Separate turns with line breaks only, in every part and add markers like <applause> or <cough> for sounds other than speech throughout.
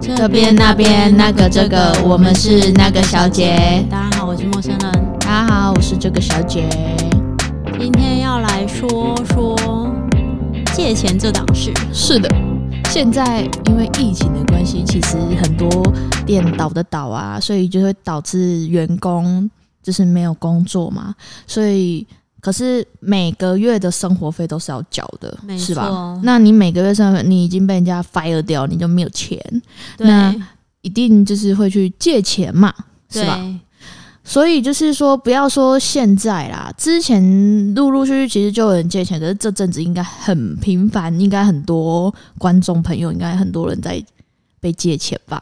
这边那边那个这个，我们是那个小姐。
大家好，我是陌生人，
大家好，我是这个小姐。
今天要来说说借钱这档事。
是的，现在因为疫情的关系，其实很多店倒的倒啊，所以就会导致员工就是没有工作嘛，所以。可是每个月的生活费都是要缴的，
没
是吧
错？
那你每个月生活费你已经被人家 fire 掉，你就没有钱，
对
那一定就是会去借钱嘛，是
对
吧？所以就是说，不要说现在啦，之前陆陆续续其实就有人借钱，可是这阵子应该很频繁，应该很多观众朋友，应该很多人在被借钱吧？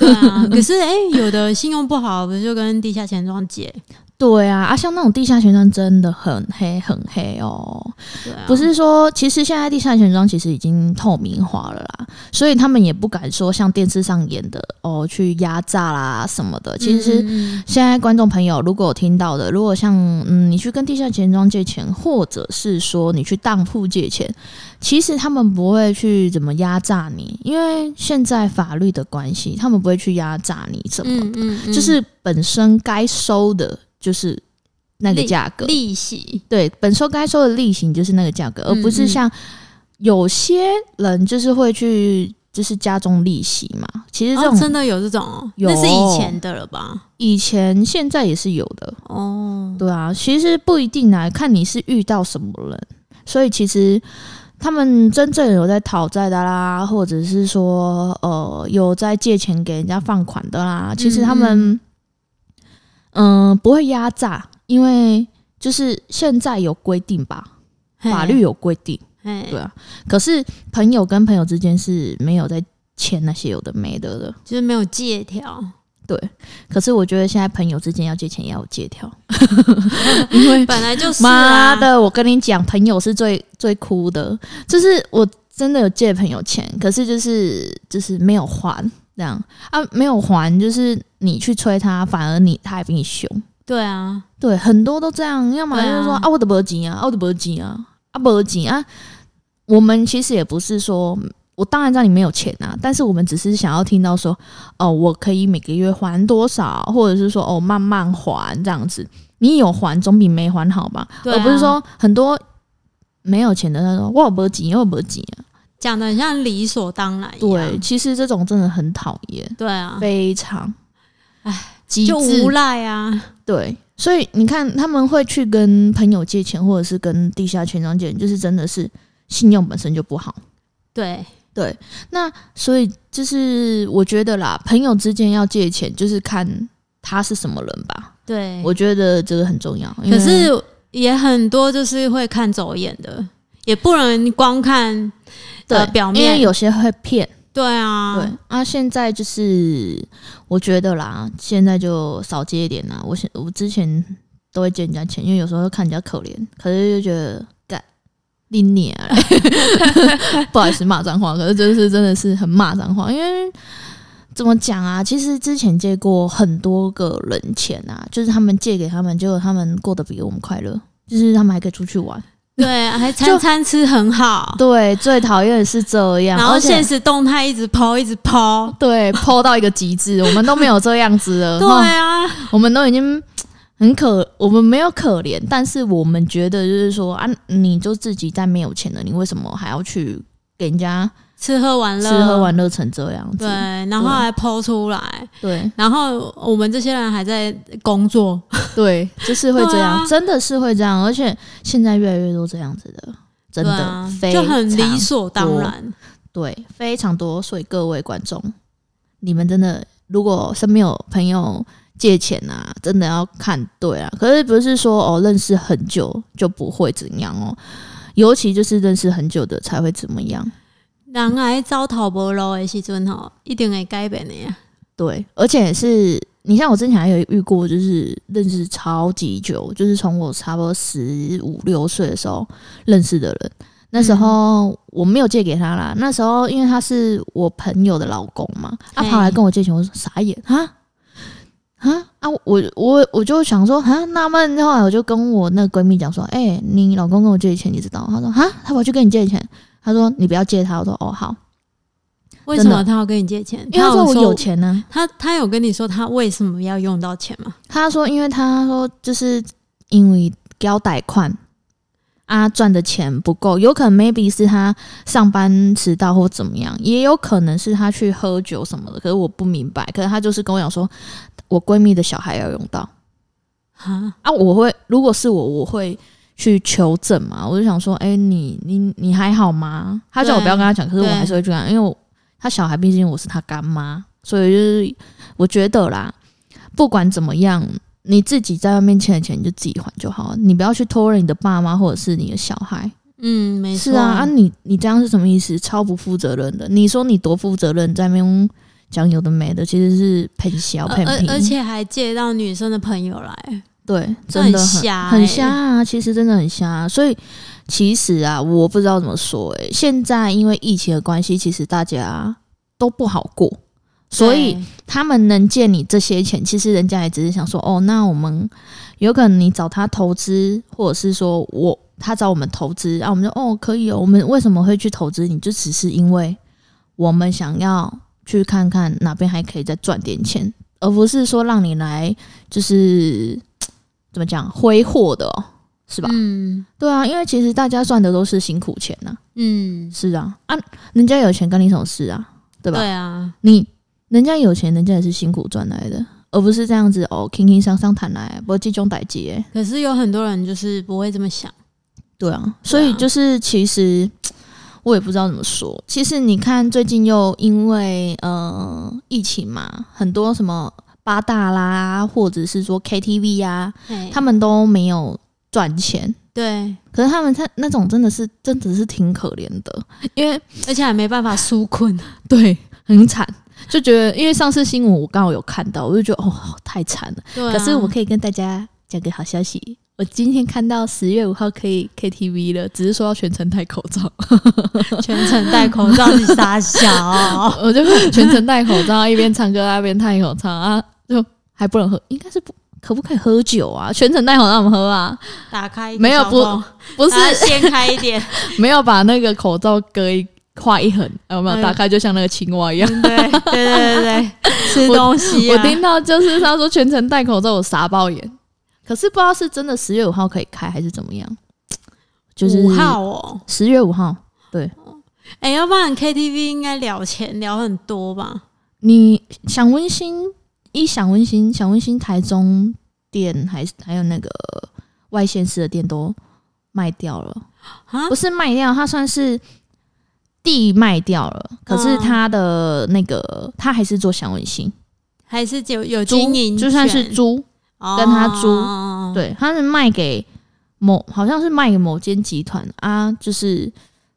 对啊。可是哎、 <laughs> 有的信用不好，不是就跟地下钱庄借？
对啊，啊，像那种地下钱庄真的很黑很黑哦，
对啊，
不是说其实现在地下钱庄其实已经透明化了啦，所以他们也不敢说像电视上演的哦去压榨啦什么的，其实。
嗯
现在观众朋友，如果有听到的，如果像嗯，你去跟地下钱庄借钱，或者是说你去当铺借钱，其实他们不会去怎么压榨你，因为现在法律的关系，他们不会去压榨你什么，
嗯嗯嗯
就是本身该收的，就是那个价格，
利息，
对，本收该收的利息就是那个价格，而不
嗯
是
嗯
像有些人就是会去就是加重利息嘛，其实这
哦，
种
真的有这种哦，
有
那是以前的了吧？
以前现在也是有的。
哦，
对啊，其实不一定啊，看你是遇到什么人。所以其实他们真正有在讨债的啦，或者是说呃有在借钱给人家放款的啦，其实他们嗯、呃不会压榨，因为就是现在有规定吧，
嘿
法律有规定，
嘿
对啊。可是朋友跟朋友之间是没有在签那些有的没的的。
就是没有借条，
可是我觉得现在朋友之间要借钱也要有借条。
<laughs> 本来就是
妈
啊，
的，我跟你讲，朋友是最最哭的，就是我真的有借朋友钱，可是就是就是没有还，这样啊没有还，就是你去催他，反而你他还比你凶。
对啊，
对，很多都这样，要么就是说
对啊
啊我的没钱啊，啊我的没钱啊，啊没钱啊。我们其实也不是说，我当然知道你没有钱啊，但是我们只是想要听到说，哦，我可以每个月还多少，或者是说哦慢慢还这样子。你有还总比没还好吧？
对
而不是
啊
说很多没有钱的他说我有没钱，我有没钱啊。
讲的很像理所当然一
对，
样，
其实这种真的很讨厌，
对啊，
非常，
唉，
极
就
致
无赖啊，
对，所以你看，他们会去跟朋友借钱，或者是跟地下钱庄借钱，就是真的是信用本身就不好。
对，
对，那所以就是我觉得啦，朋友之间要借钱，就是看他是什么人吧。
对，
我觉得这个很重要。因为
可是也很多就是会看走眼的，也不能光看
对、
呃表
因为
面，
有些会骗。
对啊，
对啊，现在就是我觉得啦，现在就少借一点啦。我现我之前都会借人家钱，因为有时候看人家可怜，可是就觉得干你你啊， <laughs> 不好意思骂脏话，可是就是真的是很骂脏话，因为。怎么讲啊？其实之前借过很多个人钱啊，就是他们借给他们，结果他们过得比我们快乐，就是他们还可以出去玩。
哦对，还
就
餐餐吃很好，
对，最讨厌的是这样，
然后
而且
现实动态一直抛，一直抛，
对剖到一个极致，我们都没有这样子
<laughs>
了。
对
吼
啊，
我们都已经很可，我们没有可怜，但是我们觉得就是说啊，你就自己在没有钱了，你为什么还要去给人家
吃喝玩
吃
乐，
喝玩乐成这样
对
子？，
然后还抛出来，
对
然后我们这些人还在工作，
对，就是会这样，
对啊
真的是会这样，而且现在越来越多这样子的，真的、
对啊
非
就
常
很理所当然，
对，非常多。所以各位观众，你们真的如果身边有朋友借钱啊，真的要看对啊。可是不是说哦，认识很久就不会怎样哦，尤其就是认识很久的才会怎么样。
人来遭讨不路的时阵吼，一定会改变的啊呀，
对，而且是你像我之前还有遇过，就是认识超级久，就是从我差不多十五六岁的时候认识的人。那
嗯
时候我没有借给他啦，那时候因为他是我朋友的老公嘛，他、
嘿
跑来跟我借钱，我说傻眼啊啊啊！我我我就想说啊，纳闷。后来我就跟我那个闺蜜讲说，哎、你老公跟我借钱，你知道吗？她说啊，他跑去跟你借钱，她说你不要借他。我说哦好，
为什么他要跟你借钱？
因为他说
有
我
说
有。钱呢、
他他有跟你说他为什么要用到钱吗？
他说，因为他说就是因为要贷款啊，赚的钱不够，有可能 maybe 是他上班迟到或怎么样，也有可能是他去喝酒什么的。可是我不明白，可是他就是跟我讲说，我闺蜜的小孩要用到
啊，
啊，我会如果是我，我会。去求证嘛，我就想说，哎、你你你还好吗？他叫我不要跟他讲，可是我
对
还是会这样，因为我他小孩毕竟我是他干妈，所以就是我觉得啦，不管怎么样，你自己在外面欠的钱你就自己还就好，你不要去拖累你的爸妈或者是你的小孩。
嗯，没错，
是啊，啊你你这样是什么意思？超不负责任的！你说你多负责任，在那边讲有的没的，其实是喷小
呃而
喷
而
平，
而且还借到女生的朋友来，
对，
这
真的
很瞎欸
很瞎啊！其实真的很瞎啊、所以其实啊，我不知道怎么说、欸。现在因为疫情的关系，其实大家都不好过，所以
对
他们能借你这些钱，其实人家也只是想说，哦，那我们有可能你找他投资，或者是说我他找我们投资啊，我们就哦可以哦，我们为什么会去投资你？就只是因为我们想要去看看哪边还可以再赚点钱，而不是说让你来就是嘖怎么讲挥霍的、哦，是吧？
嗯
对啊，因为其实大家赚的都是辛苦钱啊呐、
嗯，
是啊，啊，人家有钱干你什么事啊？对吧？
对啊，
你人家有钱，人家也是辛苦赚来的，而不是这样子哦，轻轻上上谈来，不集中歹劫。
可是有很多人就是不会这么想，
对啊，所以就是其实我也不知道怎么说。其实你看，最近又因为呃疫情嘛，很多什么八大啦，或者是说 KTV 啊，
嘿
他们都没有赚钱。
对，
可是他们他那种真的是真的是挺可怜的，因为
而且还没办法纾困，
对很惨，就觉得因为上次新闻我刚好有看到，我就觉得哦太惨了。
对啊、
可是我可以跟大家讲个好消息，我今天看到十月五号可以 KTV 了，只是说要全程戴口罩，
全程戴口罩，你傻小，
<laughs> 我就全程戴口罩，一边唱歌啊一边戴口罩啊，就还不能喝，应该是不可不可以喝酒啊？全程戴口罩我们喝啊？
打开一个
没有
小包
不是、
啊掀开一点，
没有把那个口罩隔一画一横，有没有
嗯
打开就像那个青蛙一 <laughs> 样？
对对对对
<laughs>
对，吃
我
东西、啊
我听到就是他说全程戴口罩，我傻爆眼。可是不知道是真的十月五号可以开还是怎么样，就是
五号哦，
十月五号。
哎、要不然 KTV 应该聊钱聊很多吧？
你想温馨，一想温馨，想温馨台中店还是还有那个外县市的店都卖掉了，
啊
不，是卖掉，它算是地卖掉了，可是它的那个它还是做想温馨，
还是有有
租
经营权，嗯
就算是租，
哦
跟他租，对，它是卖给某好像是卖给某间集团啊，就是。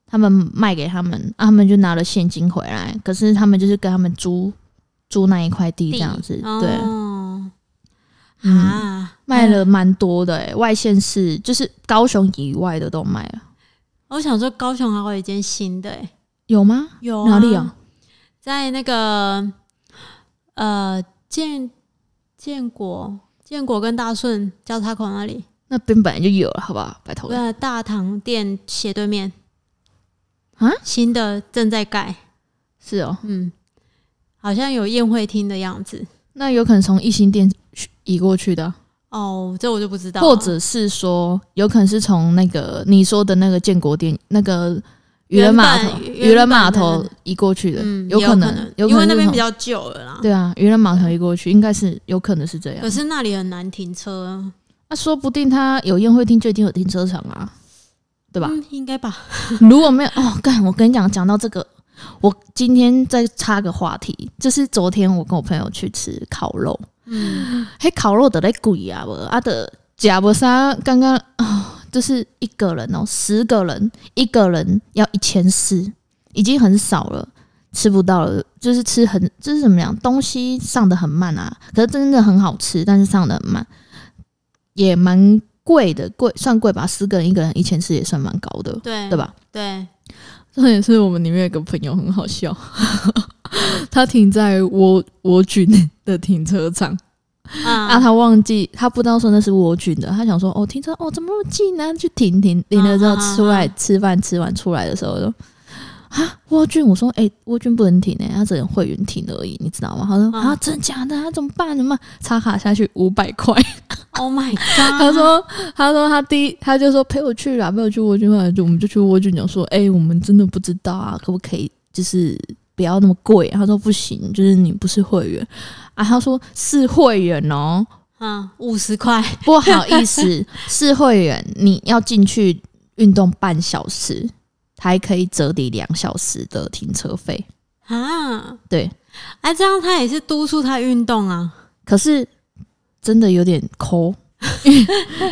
他们卖给他们，啊，他们就拿了现金回来。可是他们就是跟他们租租那一块地这样子，对。
哦
嗯
啊，
卖了蛮多的、
嗯
欸，外县市就是高雄以外的都卖了，
我想说，高雄还有一间新的、欸，
有吗？
有、
哪里啊？？
在那个呃建建国建国跟大顺交叉口那里，
那边本来就有了，好不好？拜托了，
呃，大堂店斜对面
啊，
新的正在盖，
是哦，
嗯，好像有宴会厅的样子。
那有可能从一心店去移过去的啊，
哦，这我就不知道了，
或者是说，有可能是从那个你说的那个建国店那个渔人码头、
原本
渔人码头移过去的，
嗯，
有
有
可
能
能，，有可
因为
能
那边比
较
较久了啦。
对啊，渔人码头移过去，应该是有可能是这样
可。是那里很难停车，啊
那说不定他有宴会厅就一定有停车场啊，对吧？
嗯，应该吧？
如果没有哦，干！我跟你讲，讲到这个，我今天再插个话题，就是昨天我跟我朋友去吃烤肉，
嗯，
嘿，烤肉得嘞贵啊，无啊的假不啥，刚刚啊，就是一个人哦，十个人，一个人要一千四，已经很少了。吃不到了，就是吃很，就是怎么讲，东西上的很慢啊。可是真的很好吃，但是上的很慢，也蛮贵的，贵算贵吧，十个人一个人一千四也算蛮高的，
对，
对吧？？
对，
重点是我们里面有个朋友很好笑， <laughs> 他停在蜗蜗菌的停车场，啊，
啊，
他忘记他不知道说那是蜗菌的，他想说哦，停车哦怎么那么近呢、去停停停了之后
啊啊啊
出来吃饭，吃完出来的时候就。啊，沃俊，我说哎、沃俊不能停哎、他只能会员停而已，你知道吗？他说
嗯
啊，真的假的？他怎么办？怎么办插卡下去五百块？
<laughs> Oh my god！
他说他说他第一他就说陪我去啦，陪我去沃俊，后来就我们就去沃俊讲说，哎、我们真的不知道啊，可不可以就是不要那么贵？啊他说不行，就是你不是会员啊，他说是会员哦，
嗯，五十块，
不好
<laughs>
意思，是会员，你要进去运动半小时，还可以折抵两小时的停车费。
啊，
对，
哎、这样他也是督促他运动啊。
可是真的有点抠，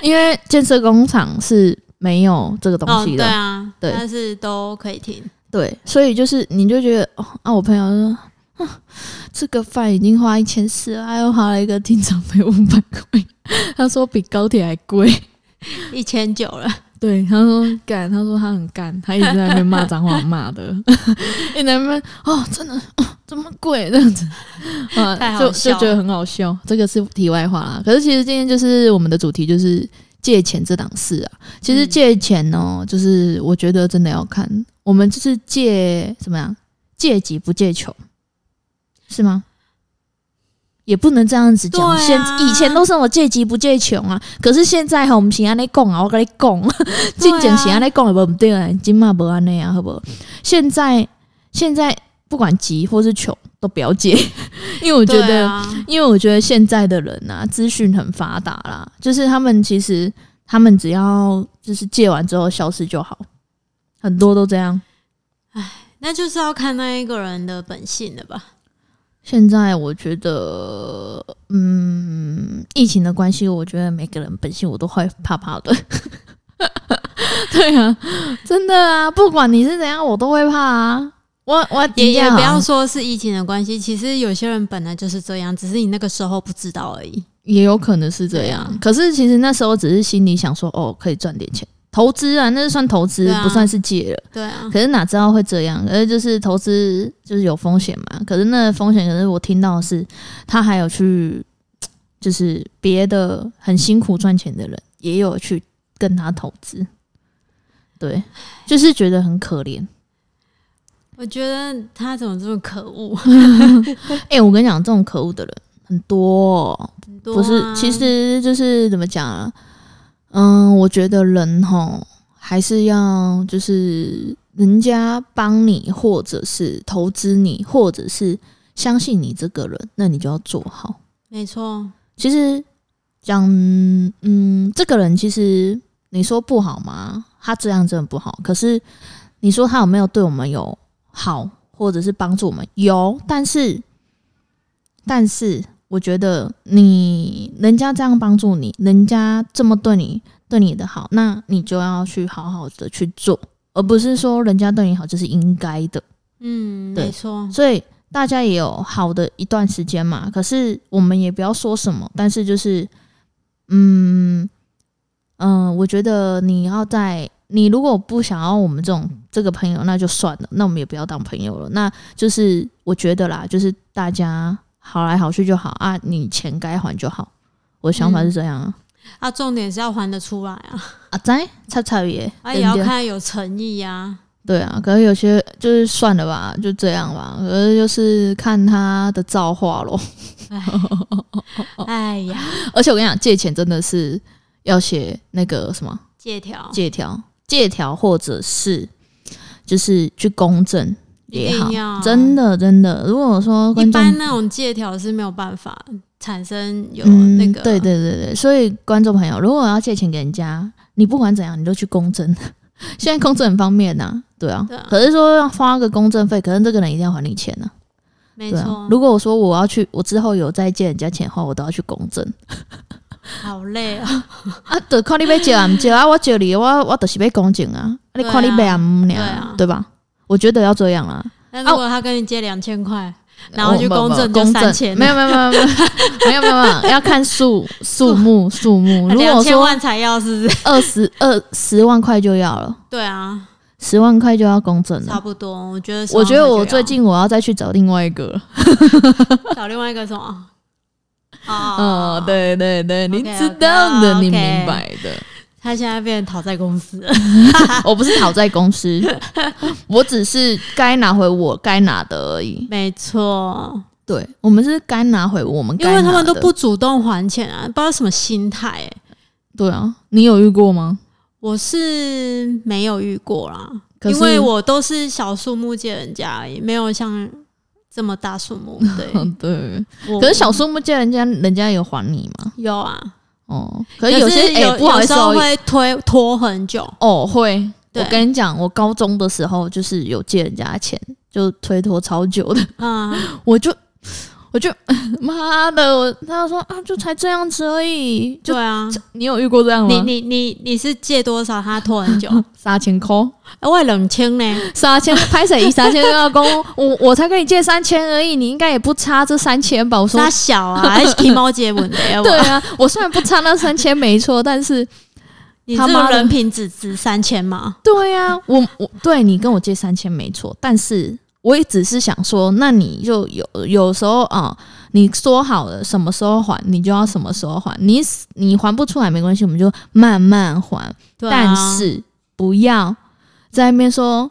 因为建设工厂是没有这个东
哦，
西
对
的，
啊，
对
但是都可以停。
对，所以就是你就觉得哦，啊，我朋友说。啊这个饭已经花一千四，还又花了一个停车费五百块， <laughs> 他说比高铁还贵。
一千九了，
对，他说干，他说他很干，他一直在那边骂脏话，
<laughs>
骂的，一直在那边哦，真的哦，这么贵这样子，啊
太，好
就
笑
就
了
觉得很好笑。这个是题外话啦，可是其实今天就是我们的主题就是借钱这档事啊。其实
嗯
借钱哦，就是我觉得真的要看，我们就是借怎么样，借急不借穷，是吗？也不能这样子讲，
对
现
啊
以前都是我借急不借穷啊，可是现在哈，我们是安尼讲啊，我跟你
<laughs>
讲，进前是安尼讲的无毋对啊，今嘛无安尼啊，好
嗯
无？现在现在不管急或是穷都不要借， <laughs> 因为我觉
对
得，
啊
因为我觉得现在的人啊，资讯很发达啦，就是他们其实他们只要就是借完之后消失就好，很多都这样。
那就是要看那一个人的本性了吧？
现在我觉得，嗯，疫情的关系，我觉得每个人本性我都会怕怕的。 <laughs> 对啊，真的啊，不管你是怎样，我都会怕啊。我我
也也
一样
不
啊
要说是疫情的关系，其实有些人本来就是这样，只是你那个时候不知道而已。
也有可能是这样。
对啊
可是其实那时候只是心里想说，哦，可以赚点钱，投资啊，那是算投资，
对啊
不算是借了。
对啊，
可是哪知道会这样？可是就是投资就是有风险嘛。可是那个风险，可是我听到的是他还有去，就是别的很辛苦赚钱的人也有去跟他投资，对，就是觉得很可怜。
我觉得他怎么这么可恶？
哎、我跟你讲，这种可恶的人很多哦、
很多啊
不是，其实就是怎么讲啊？嗯，我觉得人吼还是要就是人家帮你，或者是投资你，或者是相信你这个人，那你就要做好。
没错，
其实讲，嗯，这个人其实你说不好吗？他这样真的不好。可是你说他有没有对我们有好，或者是帮助我们？有，但是，但是我觉得你人家这样帮助你，人家这么对你对你的好，那你就要去好好的去做，而不是说人家对你好就是应该的。
嗯，
对
没错，
所以大家也有好的一段时间嘛。可是我们也不要说什么，但是就是，嗯嗯、呃我觉得你要在你如果不想要我们这种这个朋友，那就算了，那我们也不要当朋友了。那就是我觉得啦，就是大家好来好去就好啊，你钱该还就好。我的想法是这样啊，
啊，重点是要还得出来啊，
啊在差差别，
啊，
对
也
不
要
对
看有诚意啊。
对啊，可是有些就是算了吧，就这样吧。可是就是看他的造化咯。 <laughs>
哎呀，
而且我跟你讲，借钱真的是要写那个什么
借条
借条、借条，或者是就是去公证
一
也好
定，要
真。的真的。如果说
一
观众
般那种借条是没有办法产生有
嗯，
那个，
对对对对，所以观众朋友，如果要借钱给人家，你不管怎样，你都去公证。 <laughs> 现在公证很方便呐、对啊。
对啊
可是说要花个公证费，可是这个人一定要还你钱呢、
没
对
错
啊。，如果我说我要去，我之后有再借人家钱的话，我都要去公证。
好累
<laughs>
啊。
啊，就看你要借啊，唔借啊，我借你，我我就是要公正啊，啊你
对啊
看你买啊唔
对
俩
啊，
对吧？我觉得要这样啊，
那如果他跟你借两千块，然后
我
去
哦不不
公证就
公
三千
没有没有没有没有没有没有没有，要看数数目数目。如
两
果
千
说
万才要是不是？ <laughs>
二十二十万块就要了，
对啊，
十万块就要公证
差
了。
不多。我觉得是，
我觉得我最近我要再去找另外一个了，
找另外一个什么？
<laughs>
啊，
嗯，对对对，你
OK，OK，
知道的，你
哦 OK
明白的，
他现在变讨债公司了，
我不是讨债
<laughs>
公司，我只是该拿回我该拿的而已。
没错，
对，我们是该拿回我们该
因
拿的，
为他们都不主动还钱啊，不知道什么心态、欸。
对啊。你有遇过吗？
我是没有遇过啦，
可是
因为我都是小数目借人家而已，没有像这么大数
<laughs>
目。对，
嗯，对。
我
可是小数目借人家，人家有还你吗？
有啊，
哦，可是有些
是
哎、
有
不好
有
意思
时
哦、
候会推拖很久。
哦，会。
对
我跟你讲，我高中的时候就是有借人家钱，就推脱超久的， <laughs>
嗯，
我就我就 <laughs> 妈的，我他说啊，就才这样子而已。就
对啊，
你有遇过这样吗？
你你你你是借多少他拖
<laughs>
很久？
三千块。
哎我也冷清呢，
三千拍谁一三千二公，我我才跟你借三千而已，你应该也不差这三千吧？我说
他小啊，还是提猫接吻
<laughs>
的？要不
对啊，我虽然不差那三千没错，但是
你
他
这
妈
个
的
人品只值三千吗？
对啊，我我对你跟我借三千没错，但是我也只是想说，那你就有有时候啊、你说好了什么时候还，你就要什么时候还，你你还不出来没关系，我们就慢慢还，
对啊
但是不要在那边说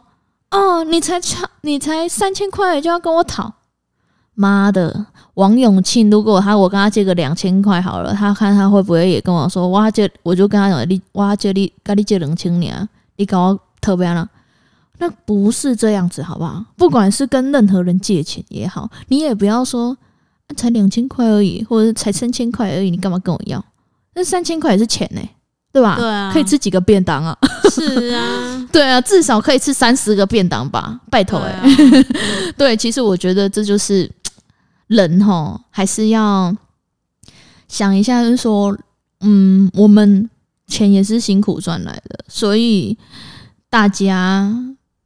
哦，你才差，你才三千块就要跟我讨，妈的！王永庆，如果他我跟他借个两千块好了，他看他会不会也跟我说，哇借，我就跟他讲，你哇借你，跟你借两千年，你搞我特别了。那不是这样子，好不好？不管是跟任何人借钱也好，你也不要说、啊才两千块而已，或者才三千块而已，你干嘛跟我要？那三千块也是钱呢、对吧？
对啊，
可以吃几个便当啊？
是啊，
<laughs> 对啊，至少可以吃三十个便当吧，拜
对
托哎、
啊，
对，其实我觉得这就是人吼，还是要想一下，就是说，嗯，我们钱也是辛苦赚来的，所以大家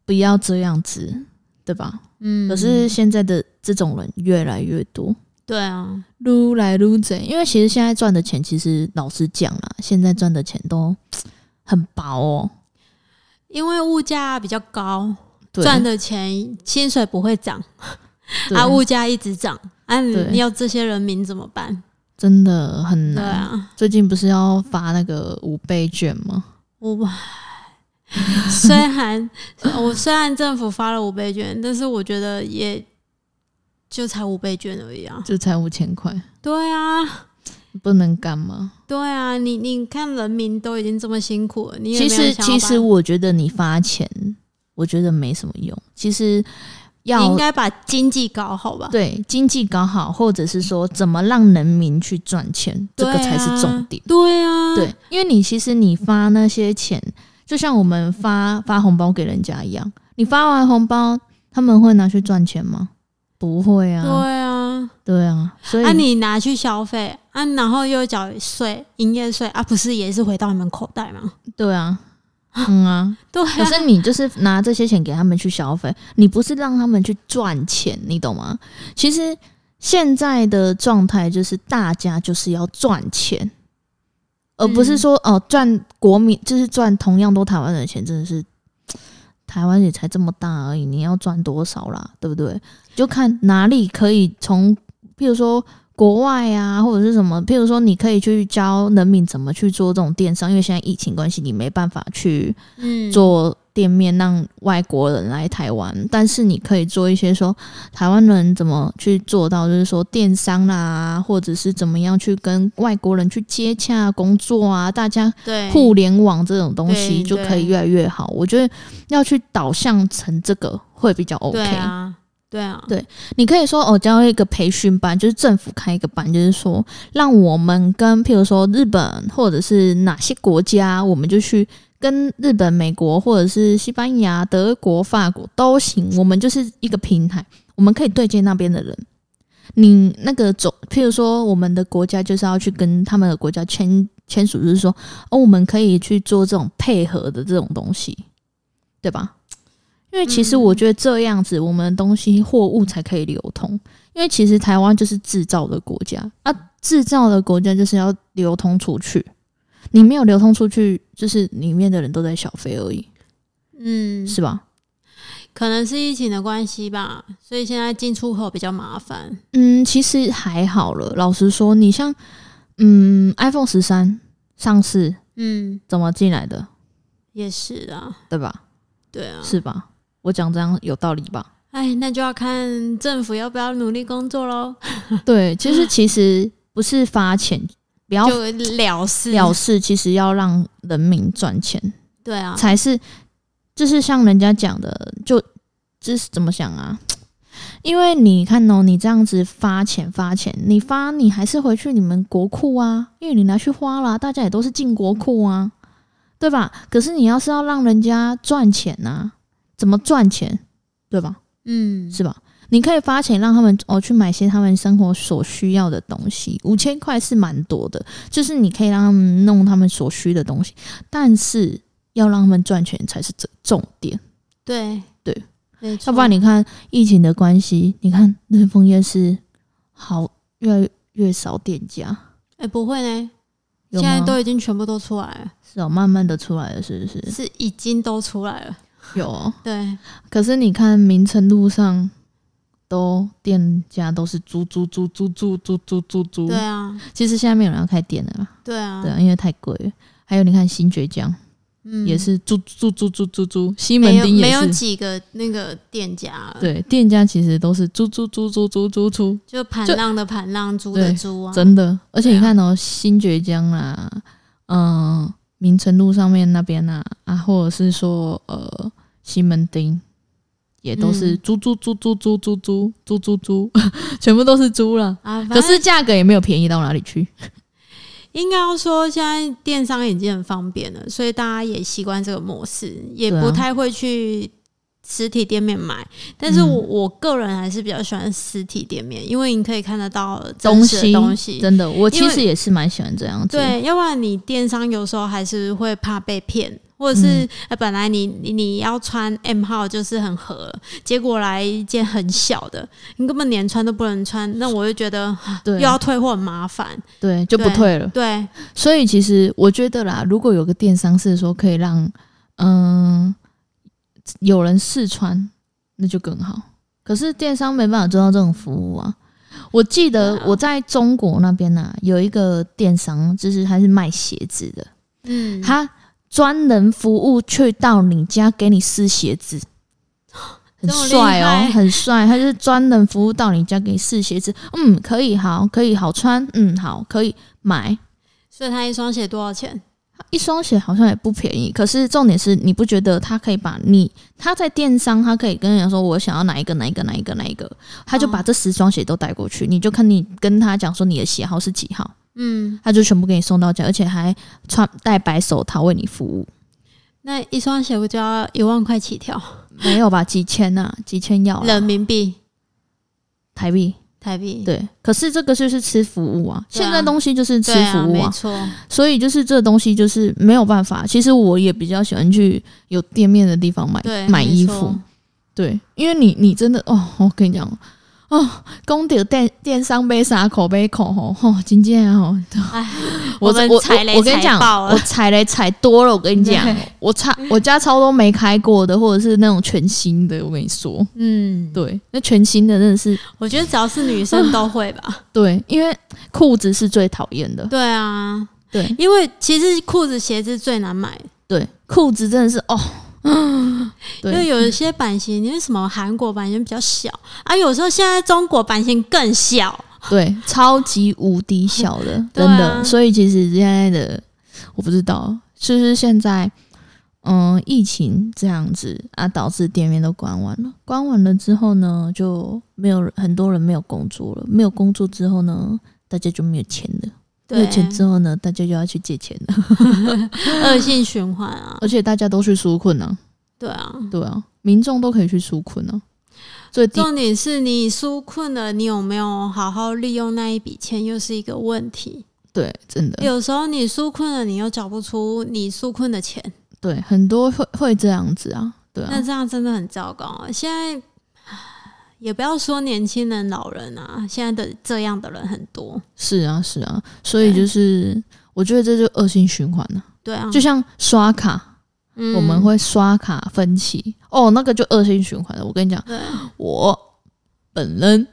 不要这样子，对吧？
嗯，
可是现在的这种人越来越多。
对啊，
撸来撸去，因为其实现在赚的钱，其实老实讲啦，现在赚的钱都很薄哦。
因为物价比较高，
对
赚的钱薪水不会涨，
对
啊，物价一直涨，啊，你
对
你要这些人民怎么办？
真的很
对
难。
啊，
最近不是要发那个五倍券吗？
我虽然我虽然政府发了五倍券，但是我觉得也就才五倍券而已啊。
就才五千块，
对啊，
不能干嘛？
对啊，你你看人民都已经这么辛苦了，你也
其
没有
实
想要
其实
把
我觉得你发钱，我觉得没什么用。其实
你应
要
该把经济搞好吧？
对经济搞好，或者是说怎么让人民去赚钱，这
对啊
个才是重点。
对啊，
对，因为你其实你发那些钱，就像我们发发红包给人家一样，你发完红包，他们会拿去赚钱吗？不会
对
啊，
啊，
对啊，所以
啊，你拿去消费啊，然后又缴税、营业税啊，不是也是回到你们口袋吗？ <laughs>
对啊，嗯啊，
对
可
啊，
是你就是拿这些钱给他们去消费，你不是让他们去赚钱，你懂吗？其实现在的状态就是大家就是要赚钱，而不是说哦赚国民就是赚同样多台湾人的钱，真的是台湾也才这么大而已，你要赚多少啦，对不对？就看哪里可以从，譬如说。国外啊，或者是什么，譬如说，你可以去教人民怎么去做这种电商，因为现在疫情关系，你没办法去
嗯，
做店面让外国人来台湾，但是你可以做一些说台湾人怎么去做到，就是说电商啦、或者是怎么样去跟外国人去接洽工作啊，大家
对，
互联网这种东
对
西就可以越来越好。我觉得要去导向成这个会比较 OK。
对啊，对啊，
你可以说哦，教一个培训班，就是政府开一个班，就是说让我们跟譬如说日本或者是哪些国家，我们就去跟日本、美国或者是西班牙、德国、法国都行，我们就是一个平台，我们可以对接那边的人。你那个走，譬如说我们的国家就是要去跟他们的国家签签署，就是说哦，我们可以去做这种配合的这种东西，对吧？因为其实
嗯
我觉得这样子，我们的东西货物才可以流通。因为其实台湾就是制造的国家啊，制造的国家就是要流通出去，你没有流通出去，就是里面的人都在消费而已，
嗯，
是吧？
可能是疫情的关系吧，所以现在进出口比较麻烦。
嗯，其实还好了。老实说，你像嗯，iPhone 十三上市，
嗯，
怎么进来的，
也是啊，
对吧？
对啊，
是吧？我讲这样有道理吧？ <laughs>
哎，那就要看政府要不要努力工作喽，
对，其实其实不是发钱，不要
就了事
了事，其实要让人民赚钱
对啊，
才是，就是像人家讲的，就这是怎么想啊？因为你看哦，你这样子发钱发钱，你发你还是回去你们国库啊，因为你拿去花啦，大家也都是进国库啊，对吧？可是你要是要让人家赚钱啊，怎么赚钱，对吧？
嗯，
是吧？你可以发钱让他们哦去买些他们生活所需要的东西，五千块是蛮多的，就是你可以让他们弄他们所需的东西，但是要让他们赚钱才是重重点，
对
对，
没错，
要不然你看疫情的关系，你看日丰夜市好越来越少店家，
哎不会呢，
有
现在
吗？
都已经全部都出来了，
是哦，慢慢的出来了，是不是？
是已经都出来了，
有哦、
对，
可是你看明城路上都店家都是租租租租租租租租租
对，啊，
其实现在没有人要开店了啦。
对啊，
对啊，因为太贵了。还有你看新爵江、
嗯，
也是租租租租租租，西门
没有
町
没
也
有
是，
几个那个店家了，
对，店家其实都是租租租租租租租，
就盘
就
浪的盘浪，租的
对
租啊，
真的。而且
对
你
啊
看哦，新爵江啦，嗯、明城路上面那边呐、啊，或者是说呃西门町。也都是
嗯
租租租租租租租租租租， <laughs> 全部都是租了，
啊，反
可
正
是价格也没有便宜到哪里去。
应该要说，现在电商已经很方便了，所以大家也习惯这个模式，也
对啊
不太会去实体店面买。但是
嗯
我、我个人还是比较喜欢实体店面，因为你可以看得到真
东
实的
西
东西。
真的，我其
因为
实也是蛮喜欢这样子。
对，要不然你电商有时候还是会怕被骗，或者是、呃本来你你你要穿 M 号就是很合了，结果来一件很小的，你根本连穿都不能穿，那我就觉得啊
对
又要退货很麻烦。
对，就不
对
退了。
对，
所以其实我觉得啦，如果有个电商是说可以让嗯有人试穿，那就更好。可是电商没办法做到这种服务啊。我记得
对啊
我在中国那边呢、啊有一个电商，就是他是卖鞋子的，
嗯，
他专人服务去到你家给你试鞋子，很
这么厉
帅哦
害，
很帅。他就是专人服务到你家给你试鞋子，嗯，可以，好，可以，好穿，嗯，好，可以买，
所以他一双鞋多少钱？
一双鞋好像也不便宜，可是重点是你不觉得他可以把你他在电商，他可以跟人家说我想要哪一个哪一个哪一个哪一个，他就把这十双鞋都带过去，你就看你跟他讲说你的鞋号是几号，
嗯，
他就全部给你送到家，而且还穿戴白手套为你服务，
那一双鞋不就要一万块起跳，
没有吧？几千呐、啊，几千要、啊、
人民币、
台币
台币？
对，可是这个就是吃服务啊，
对啊
现在东西就是吃
对
服
啊，
务
没
啊，
错，
所以就是这东西就是没有办法。其实我也比较喜欢去有店面的地方买
对，
买
没
衣
错
服。对，因为你你真的哦，我跟你讲哦，公爹电电商被啥口碑口吼吼，今天哦，
哎，
我
我
这
们
我
踩雷
我我跟你
踩
讲，
爆了
我踩雷踩多了，我跟你讲
对，
我差我家超多没开过的，或者是那种全新的，我跟你说，
嗯，
对，那全新的真的是
我觉得只要是女生都会吧。
对，因为裤子是最讨厌的，
<laughs> 对啊，
对
因为其实裤子、鞋子最难买，
对，裤子真的是哦， <gasps>
因
对
为有一些版型，因为什么韩国版型比较小啊，有时候现在中国版型更小。 <laughs>
对，超级无敌小的，
对
真
啊
的。所以其实现在的我不知道，就是现在，嗯，疫情这样子啊，导致店面都关完了。关完了之后呢，就没有人很多人没有工作了，没有工作之后呢，大家就没有钱了。没
对
有，钱之后呢，大家就要去借钱了，
<laughs> 恶性循环啊，
而且大家都去纾困啊，
对啊。
对啊，民众都可以去纾困啊。所以第
重点是你纾困了，你有没有好好利用那一笔钱，又是一个问题。
对，真的
有时候你纾困了，你又缴不出你纾困的钱，
对，很多会会这样子啊，对啊
那，这样真的很糟糕啊。现在唉也不要说年轻人、老人啊，现在的这样的人很多。
是啊，是啊，所以就是我觉得这就恶性循环了、
对啊，
就像刷卡，
嗯
我们会刷卡分期，哦，那个就恶性循环了。我跟你讲，
对
<laughs> 我本人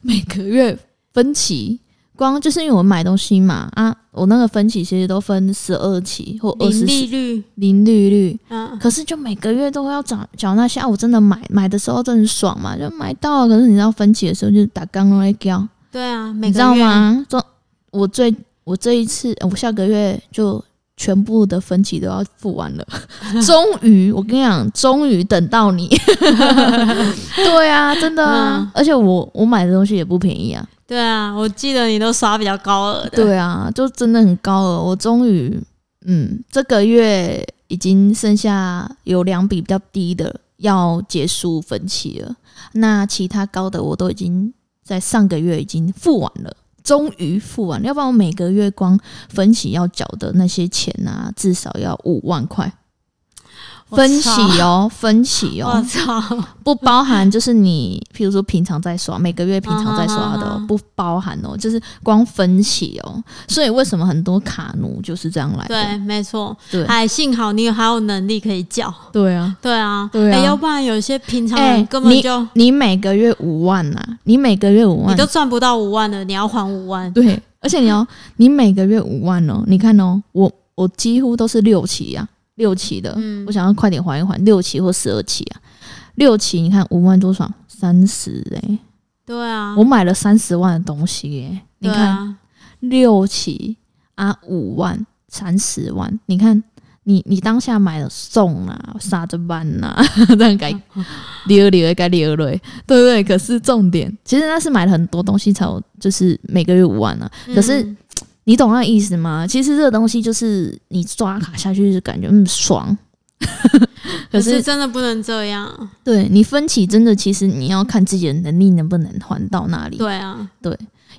每个月分期光就是因为我买东西嘛啊，我那个分期其实都分十二期或二
零
十
利率，
零利率，
嗯，
可是就每个月都会要缴缴那些啊。我真的买买的时候真的很爽嘛，就买到了。可是你知道分期的时候就是打刚来交，
对啊，每
你
个
知道
月？
吗？这我最我这一次，呃我下个月就全部的分期都要付完
<laughs>
了。终于，我跟你讲，终于等
<laughs>
到你。对啊，真的啊，
嗯
而且我我买的东西也不便宜啊。
对啊，我记得你都刷比较高额的，
对啊，就真的很高了。我终于，嗯，这个月已经剩下有两笔比较低的要结束分期了，那其他高的我都已经在上个月已经付完了。终于付完，要不然我每个月光分期要缴的那些钱啊，至少要五万块。
我
分期
操
哦，分期
我
哦， <laughs>
操，
不包含就是你， <laughs> 譬如说平常在刷，每个月平常在刷
啊哈
的、
哈
哦，不包含哦，就是光分期哦。所以为什么很多卡奴就是这样来的？
对，没错，
对
哎，幸好你还有能力可以叫，
对啊，
对啊，
对啊
哎要不然有些平常
哎
人根本就
你每个月五万呐、你每个月五
你
万
都，赚不到五万了，你要还五万，
对，而且你要你每个月五万哦，你看哦，我我几乎都是六期呀、六期的，
嗯
我想要快点还一还，六期或十二期啊，六期你看五万多少？三十哎，
对啊
我，买了三十万的东西耶、你
对
看。
啊，
六期啊五万三十万，你看你你当下买了送啊杀着班啊， <laughs> 这样该溜溜该溜溜，对不对？可是重点，其实那是买了很多东西才有，就是每个月五万啊。可是
嗯
你懂那意思吗？其实这个东西就是你刷卡下去就感觉嗯爽， <laughs> 可
可
是
是真的不能这样，
对你分期真的，其实你要看自己的能力能不能还到那里，
对啊，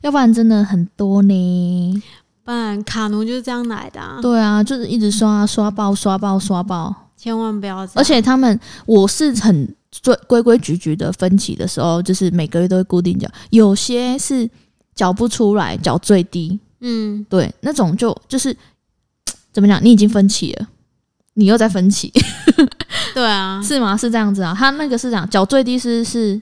要不然真的很多呢。
不然卡奴就是这样来的啊，嗯
对啊，就是一直刷刷爆刷爆刷爆，
千万不要这样，
而且他们我是很规规规矩矩的分期的时候，就是每个月都会固定缴，有些是缴不出来，缴最低，
嗯，
对，那种就就是嘖怎么讲，你已经分期了。你又在分期
对啊，
<laughs> 是吗？是这样子啊？他那个是这样，缴最低是是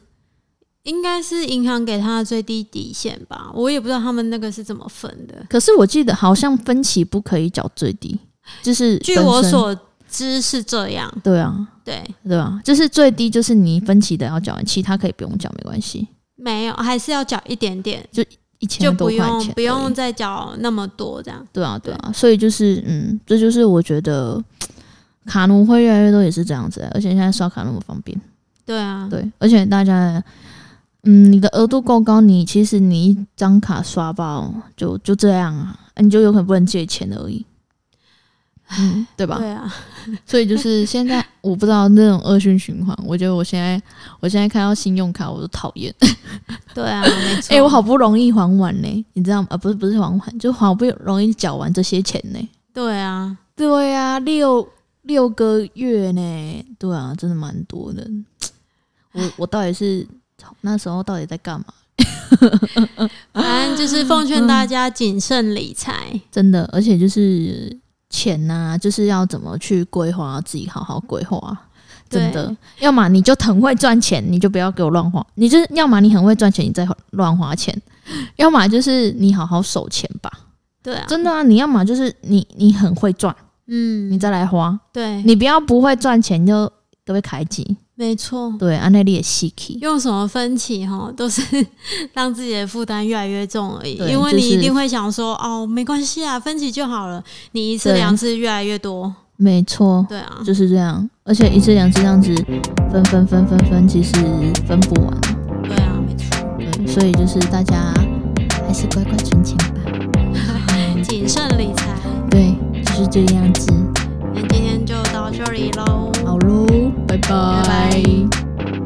应该是银行给他的最低底线吧，我也不知道他们那个是怎么分的。
可是我记得好像分期不可以缴最低，就是
据
本
我
身
所知是这样，
对啊
对，
对啊，就是最低就是你分期的要缴完，其他可以不用缴，没关系，
没有，还是要缴一点点，
一千
就
多
不
块
用
钱
不
而已
用再缴那么多这样。
对啊，对啊，所以就是嗯，这就是我觉得卡奴会越来越多也是这样子、欸而且现在刷卡那么方便，
对啊，
对，而且大家嗯，你的额度够高，你其实你一张卡刷爆就就这样啊，啊你就有可能不能借钱而已。嗯，对吧？
对
<laughs>
啊，
所以就是现 <laughs> 在，我不知道那种恶性循环。我觉得我现在，我现在看到信用卡，我都讨厌。
对啊，没错。
<laughs> 哎、我好不容易还完呢、你知道吗？啊，不是，不是还完，就好不容易缴完这些钱呢、
对啊，
对呀、六六个月呢，对啊，真的蛮多的。我我到底是那时候到底在干嘛？
反正就是奉劝大家谨慎理财。
真的，而且就是钱呐、就是要怎么去规划，自己好好规划。 <laughs> 真的，要么你就很会赚钱，你就不要给我乱花；你就是要么你很会赚钱，你再乱花钱；要么就是你好好守钱吧。
对啊，
真的啊，你要么就是你你很会赚，你
嗯，
再来花，
对，
你不要不会赚钱就都被开机。
没错。
对，安内利也稀奇。
用什么分期哈，都是 <laughs> 让自己的负担越来越重而已。
对
因为
就
你
是
一定会想说，哦，没关系啊，分期就好了。你一次
对
两次越来越多，
没错，
对啊，
就是这样。而且一次两次这样子分分分分分，其实分不完。
对啊，没错，
对，所以就是大家还是乖乖存钱吧。
哎谨慎理财。哎
对，就是这个样子。
那今天就到这里喽。
好喽，拜
拜
拜